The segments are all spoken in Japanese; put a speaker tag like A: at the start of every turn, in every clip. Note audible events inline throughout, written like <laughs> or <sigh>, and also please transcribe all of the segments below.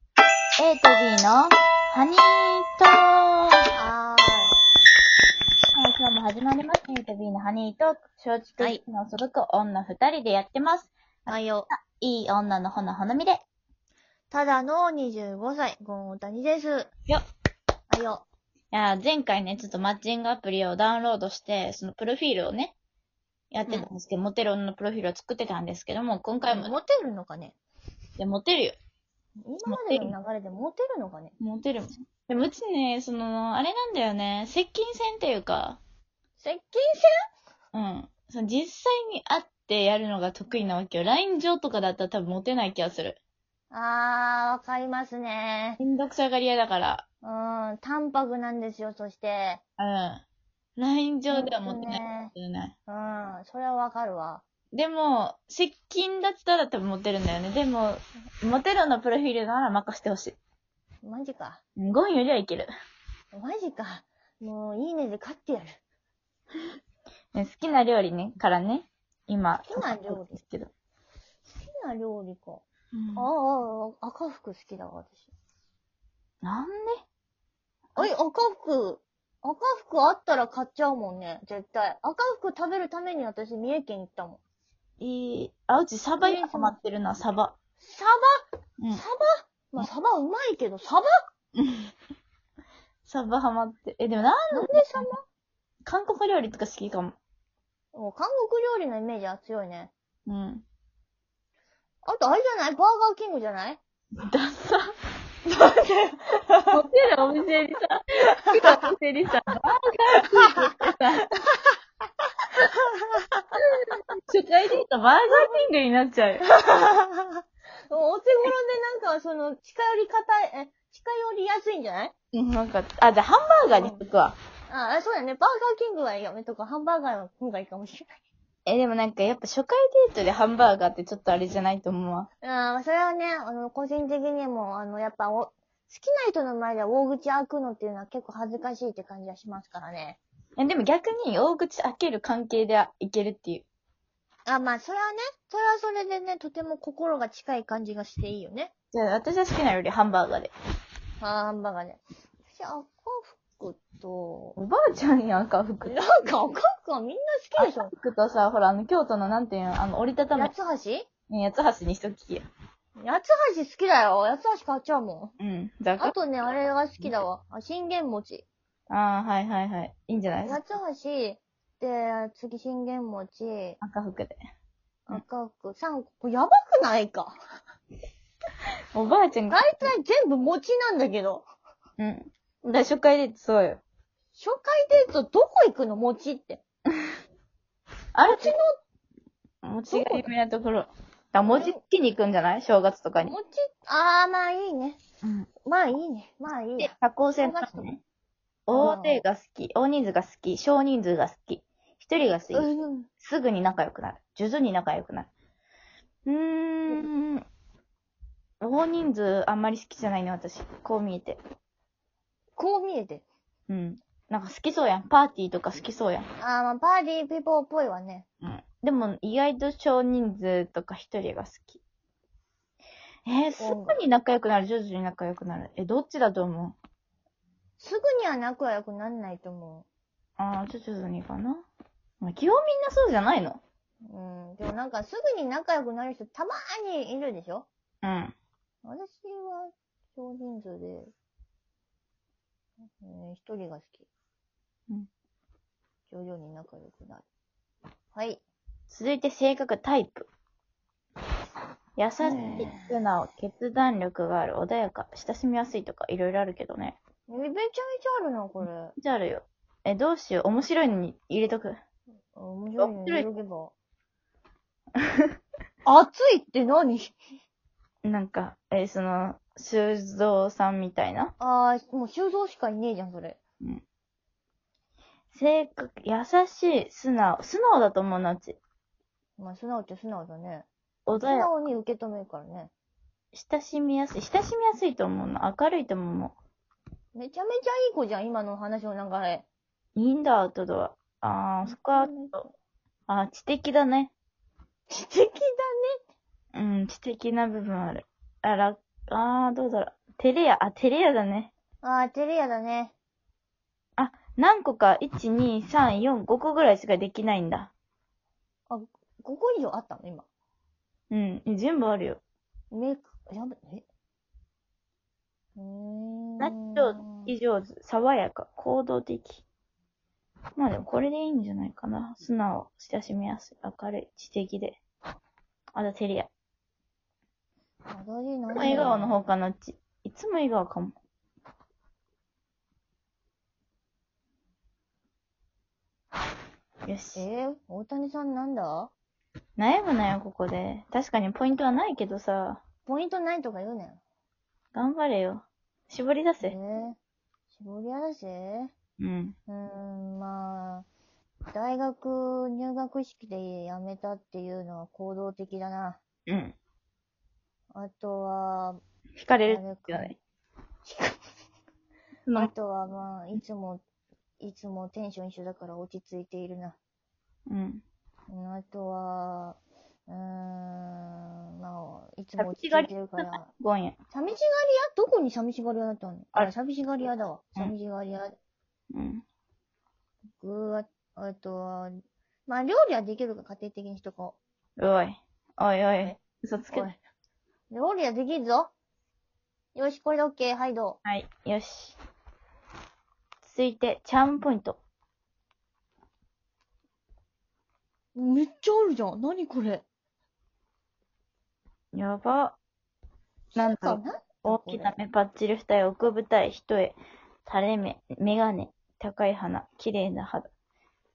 A: A と B のハニートークはーい。今日も始まりました。A と B のハニートーク。正直のすごく女二人でやってます。
B: はいよ。
A: いい女のほのほのみで。
B: ただの25歳、ゴンオタニです。
A: よっ
B: はいよ。
A: いやー、前回ね、ちょっとマッチングアプリをダウンロードして、そのプロフィールをね、やってたんですけど、モテる女のプロフィールを作ってたんですけども、今回も、
B: モテるのかね
A: いや、モテるよ。
B: 今までの流れでモテるのかね
A: モテるもん。でもうちね、その、あれなんだよね、接近戦っていうか、
B: 接近
A: うん。その実際に会ってやるのが得意なわけよ。LINE 上とかだったら多分モテない気がする。
B: 戦あー、わかりますね。
A: めんどくさがり屋だから。
B: うーん、淡白なんですよ、そして。
A: うん。LINE 上ではモテないかもしれない。
B: うん、それはわかるわ。
A: でも、接近だったら多分モテるんだよね。でも、モテるのプロフィールなら任せてほしい。
B: マジか。
A: ゴンよりはいける。
B: マジか。もう、いいねで勝ってやる。
A: ね、好きな料理ね、からね。今。
B: 好きな料理
A: ですけど。
B: 好きな料理か。あ
A: あ
B: ーあー、赤服好きだわ、私。
A: なんで
B: え、赤服、赤服あったら買っちゃうもんね、絶対。赤服食べるために私、三重県行ったもん。
A: えー、あ、うちサバ今ハマってるな、サバ。
B: サ
A: う
B: バ、
A: ん
B: サ。バまあ、サバうまいけど、サバ
A: サバハマって。え、でもなん
B: なんでサバ
A: 韓国料理とか好きかも。
B: もう韓国料理のイメージは強いね。
A: うん。
B: あと、あれじゃないバーガーキングじゃない
A: ダサ。モテるお店にさ、好きなお店にさ、バーガーキングってさ、初回で言ったバーガーキングになっちゃうよ。
B: もうお手頃でなんか、その、近寄り硬い、え、近寄りやすいんじゃない
A: うんなんか、あ、じゃあハンバーガーにしとくわ。
B: ああ、そうだね。バーガーキングはやめとこう。ハンバーガーの方がいいかもしれ
A: え、でもなんかやっぱ初回デートでハンバーガーってちょっとあれじゃないと思うわ。
B: ない。ああ、それはね、あの、個人的にも、あの、やっぱお、好きな人の前で大口開くのっていうのは結構恥ずかしいって感じはしますからね。
A: え、でも逆に大口開ける関係でいけるっていう。
B: あ、まあ、それはね、それはそれでね、とても心が近い感じがしていいよね。
A: じゃあ私は好きなよりハンバーガーで。
B: ハンバーガーね。私、赤服と、 <laughs>
A: おばあちゃんに赤服。
B: なんか赤服はみんな好きでしょ
A: 服とさ、ほら、あの、京都のなんていうの、あの、折りたたみ、
B: 八つ
A: ね、八つ橋にしときや。
B: 橋八つ橋好きだよ。八つ橋買っちゃうも
A: うん。じゃ
B: ん。あ
A: あ、
B: とね、あれが好きだわ。あ、信玄餅。
A: ああー、はいはいはい。いいんじゃないですか
B: 八つ橋、で、次信玄餅、
A: 赤服で。うん
B: 赤服、三個。これやばくないか。
A: おばあちゃんが、
B: 大体全部餅なんだけど。
A: うん。だから初回でそうよ。
B: 初回デートどこ行くの餅って。
A: あれちの、餅が有名なところ。だから餅つきに行くんじゃない正月とかに。
B: 餅、あー、まあいいね。
A: うん。
B: まあいいね。まあいい
A: で
B: ね。、
A: 多幸線とかね。大手が好き、大人数が好き、少人数が好き。一人が好き。
B: うん。
A: すぐに仲良くなる。徐々に仲良くなる。うーん。大人数あんまり好きじゃないね、私。こう見えて。
B: こう見えて。
A: うん。なんか好きそうやん。パーティーとか好きそうやん。
B: あー、まあ、パーティーピーポーっぽいわね。
A: うん。でも、意外と少人数とか一人が好き。えー、すぐに仲良くなる、徐々に仲良くなる。え、どっちだと思う
B: すぐには仲良くなんないと思
A: ああ、徐々にかな。まあ基本みんなそうじゃないの
B: う。うん。でもなんかすぐに仲良くなる人たまーにいるでしょ
A: うん。
B: 私は少人数で、うん一人が好き。
A: うん。
B: 徐々に仲良くなる。はい。
A: 続いて性格タイプ。優しい、素直、決断力がある、穏やか、親しみやすいとかいろいろあるけどね。
B: めちゃめちゃあるな、これ。
A: じゃああるよ。え、どうしよう。面白いのに入れとく。
B: あ面白い
A: 面
B: ね、
A: 白い
B: 入れ
A: <laughs>
B: とけば。暑いって何
A: なんか、え、その、修造さんみたいな。
B: ああ、もう修造しかいねえじゃん、それ。
A: 性格、優しい、素直。素直だと思うのうち。
B: まあ、素直っちゃ素直だね。
A: 穏
B: 素
A: やか、
B: 直に受け止めるからね。
A: 親しみやすい。親しみやすいと思うの。明るいと思うの。
B: めちゃめちゃいい子じゃん、今の話の流れ。
A: いいんだ、アウトドア。あー、そこは、あー、知的だね。
B: 素敵だね。
A: うん、知的な部分ある。あら、あー、どうだろう。テレ屋、あ、テレ屋だね。
B: あー、テレアだね。
A: あ、何個か、1、2、3、4、5個ぐらいしかできないんだ。
B: 5個以上あったの今。
A: うん、全部あるよ。
B: メイク、やべ、えうーん。
A: ナッチョ以上、爽やか、行動的。まあでもこれでいいんじゃないかな。素直、親しみやすい、明るい、知的で。あだ、テレア。い
B: 私
A: つ
B: 何
A: も笑顔の方かなっち。いつも笑顔かも。よし。
B: えー、大谷さんなんだ
A: 悩むなよ、ここで。確かにポイントはないけどさ。
B: ポイントないとか言うなよ。
A: 頑張れよ。絞り出
B: え
A: せ。
B: ー、絞り出せ
A: うん。
B: うーん、まあ、大学入学式で辞めたっていうのは行動的だな。
A: うん。
B: あとは、
A: 惹かれるって言わない。
B: あとはまあ、いつも、いつもテンション一緒だから落ち着いているな。
A: <laughs> うん。
B: うんあとは、うーん、まあ、いつも落
A: 寂
B: ち
A: し
B: 着
A: が
B: い
A: り
B: て
A: 屋
B: る
A: じ
B: か
A: ゃない
B: ら。。
A: ごんや。
B: 寂しがり屋どこに寂しがり屋だったの
A: あれ
B: あ、寂しがり屋だわ。
A: うん
B: 寂しがり屋。
A: うん。
B: 僕は、あとは、まあ、料理はできるから家庭的にしとこ
A: おい。おいおい。嘘
B: う
A: つ。け
B: おい。料理はできるぞ。よし、これで OK。はい、ど
A: はい。よし。続いて、チャームポイント。
B: う。めっちゃあるじゃん。なにこれ。
A: やば。なん
B: か
A: と、
B: な
A: 大きな目パッチリ二重、奥二重、一重、垂れ目、メガネ、高い鼻、綺麗な肌。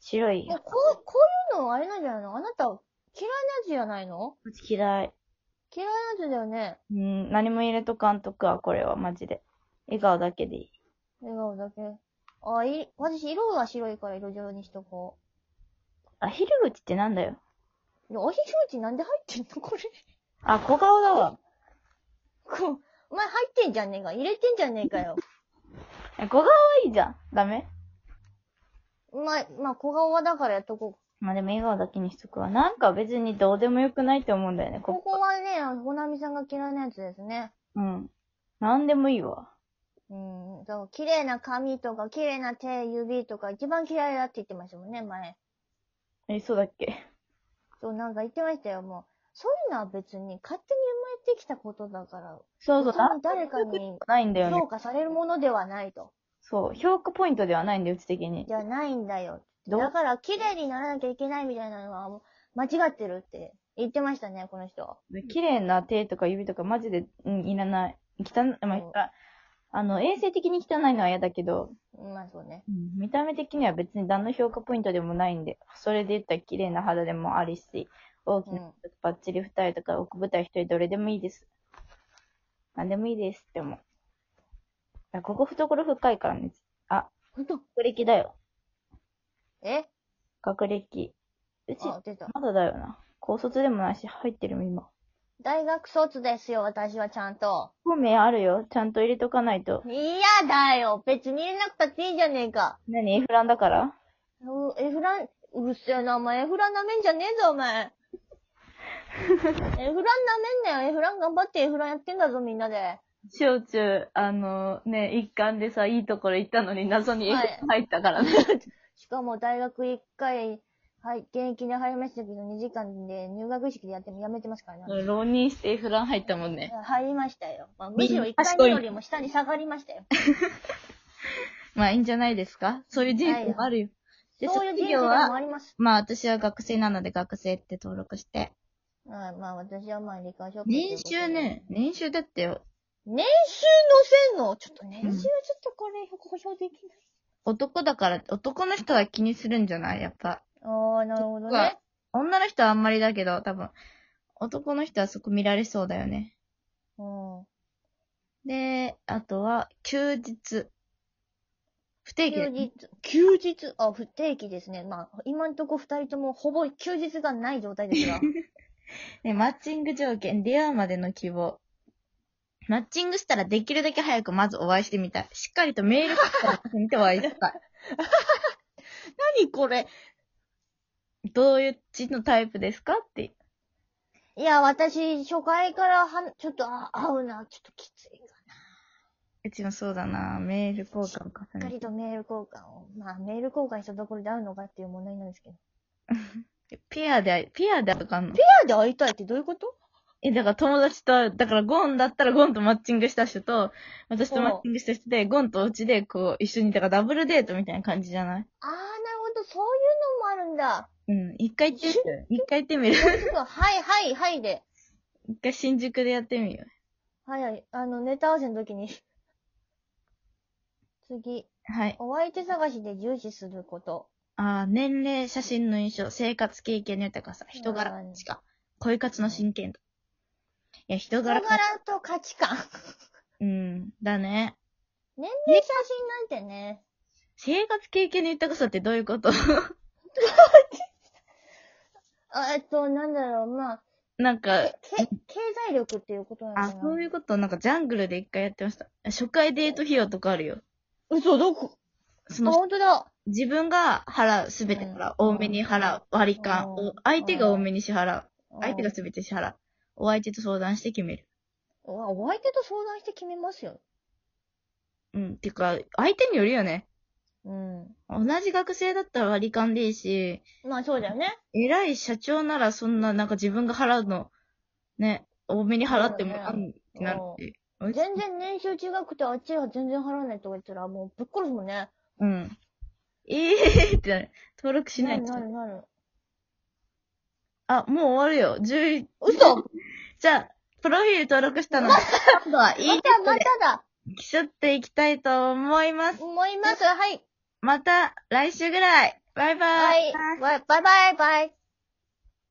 A: 白い
B: いや、こう、こういうのあれなんじゃないのあなた、嫌いなやつじゃないの
A: 嫌い。
B: 嫌いなやつだよね。
A: うん、何も入れとかんとくわ、これは、マジで。笑顔だけでいい。
B: 笑顔だけ。あ、い、私、色が白いから色白にしとこ
A: あ、ひる口ってなんだよ。
B: う。いや、おひし口なんで入ってんのこれ。
A: あ、小顔だわ。
B: こうお前入ってんじゃねえか。入れてんじゃねえかよ。
A: え小顔はいいじゃん。ダメ
B: まあ、まあ、小顔はだからやっとこう。
A: まあでも笑顔だけにしとくわ。なんか別にどうでもよくないって思うんだよね、
B: こ
A: こ
B: こはね、ほなみさんが嫌いなやつですね。
A: うん。なんでもいいわ。
B: うん。そう、綺麗な髪とか、綺麗な手、指とか、一番嫌いだって言ってましたもんね、前。
A: え、そうだっけ
B: そう、なんか言ってましたよ、もう。そういうのは別に勝手に生まれてきたことだから、
A: そうそう、
B: 別に誰かに
A: ないんだよね
B: 評。価されるものではないと。
A: そう、評価ポイントではないんだよ、うち的に
B: じ。ゃないんだよ。
A: どう
B: だから、綺麗にならなきゃいけないみたいなのは、もう、間違ってるって言ってましたね、この人。
A: 綺麗な手とか指とかマジで、うん、いらない。汚い、ま
B: うん
A: あ、あの、衛生的に汚いのは嫌だけど、
B: まあそうね。
A: うん見た目的には別に何の評価ポイントでもないんで、それで言ったら綺麗な肌でもありし、大き
B: うん
A: なバッチリ二重とか奥舞台一人どれでもいいです。何でもいいですって思う。いやここ懐深いからね。あ、
B: ほんと
A: 学歴だよ。
B: え
A: 学歴。うち、
B: あ、出た。
A: まだだよな。高卒でもないし、入ってるもん今。
B: 大学卒ですよ、私はちゃんと。
A: 本名あるよ。ちゃんと入れとかないと。
B: 嫌だよ。別に入れなくたっていいじゃねえか。
A: 何エフランだから
B: うエフラン、うるせえな、お前。エフランなめんじゃねえぞ、お
A: <laughs>
B: 前。エフランなめんなよ。エフラン頑張ってエフランやってんだぞ、みんなで。
C: 小中、あのね、一貫でさ、いいところ行ったのに謎に
B: はい
C: 入ったからね。 <laughs>
B: しかも大学1回、はい、現役で入りましたけど、2時間で入学式でやってもやめてますからね。
C: 浪人してフラン入ったもんね。
B: 入りましたよ。まあ、むしろ1回
C: 賢
B: 目
C: い
B: よりも下に下がりましたよ。
C: まあいいんじゃないですかそういう人生もあるよ。で、
B: そういう
C: 卒
B: 人生
C: 業
B: もあ
C: は、
B: ります。
C: まあ私は学生なので学生って登録して。
B: はい、まあ私はまあ理科職。
C: 年収。ね、年収だってよ、
B: 年収乗せんのちょっと年収はちょっとこれ保証できない。
C: 男だから、男の人は気にするんじゃないやっぱ。
B: ああ、なるほど
C: 僕は
B: ね。
C: 女の人はあんまりだけど、多分、男の人はそこ見られそうだよね。
B: うん。
C: で、あとは、休日。不定期
B: 休
C: で。
B: 日。休日。あ、不定期ですね。まあ、今んとこ二人ともほぼ休日がない状態
C: <laughs>
B: ですが。
C: で、マッチング条件、出会うまでの希望。マッチングしたらできるだけ早くまずお会いしてみたい。しっかりとメールから見てお会いしたい。
A: <laughs>
B: 何これ
C: どういうちのタイプですかって。
B: いや、私、初回からはん、ちょっと、あ、合うな。ちょっときついか
A: うちもそうだなメール交換を
B: しっか
A: 重ね
B: り
A: て
B: とメール交換を。まあ、メール交換したところで会うのかっていう問題なんですけど。
A: ペアで、ペアでとかあんの
B: ペアで会いたいってどういうこと
A: え、だから友達と会う、だからゴンだったらゴンとマッチングした人と、私とマッチングした人で、ゴンとお家でこう一緒に、だからダブルデートみたいな感じじゃない
B: あー、なるほど。そういうのもあるんだ。
A: うん、一回行ってみる。一回行ってみる。
B: ちょっとはいはいはいで。
A: 一回新宿でやってみよ
B: はいはい。あの、ネタ合わせの時に。次。
A: う。はい。
B: お相手探しで重視すること。
A: あー年齢、写真の印象、生活経験の豊かさ、人柄、
B: うん
A: しか、恋活の真剣度。いや、人
B: 人柄
A: 柄、
B: と価値観。
A: うん、だね。
B: 年齢写真なんてね。
A: 生活経験の豊かさってどういうこと <laughs>
B: あえっと、なんだろう、まあ、
A: なんか、
B: けけ経済力っていうことなの
A: あ、
B: かな
A: そういうこと、なんかジャングルで一回やってました。初回デート費用とかあるよ。
B: 嘘、どこ
A: そ
B: あ、
A: の、
B: ほんとだ。
A: 自分が払う、すべてから多めに払う、割り勘
B: う
A: を
B: ん、
A: 相手が多めに支払う、相手が
B: うん
A: すべて支払う、お相手と相談して決める。
B: おお相手と相談して決めますよ。
A: うん、てか、相手によるよね。
B: うん。
A: 同じ学生だったら割り勘でいいし、
B: まあそうだよね。
A: 偉い社長ならそんな、なんか自分が払うの、ね、多めに払っても
B: そう
A: あ
B: だね
A: んってなるし。うち
B: 全然年収違くてあっちは全然払わないとか言ったらもうぶっ殺すもんね。
A: うん。ええー、ってなる。登録しないと
B: な。るなるなる。
A: あ、もう終わるよ。10、
B: 嘘ま
A: <laughs> じゃあ、プロフィール登録したので、今度は、いい
B: たまただ
A: 気取っていきたいと思います。
B: 思います。はい。
A: また来週ぐらい。バイバイ。
B: はい。バイバイバイ。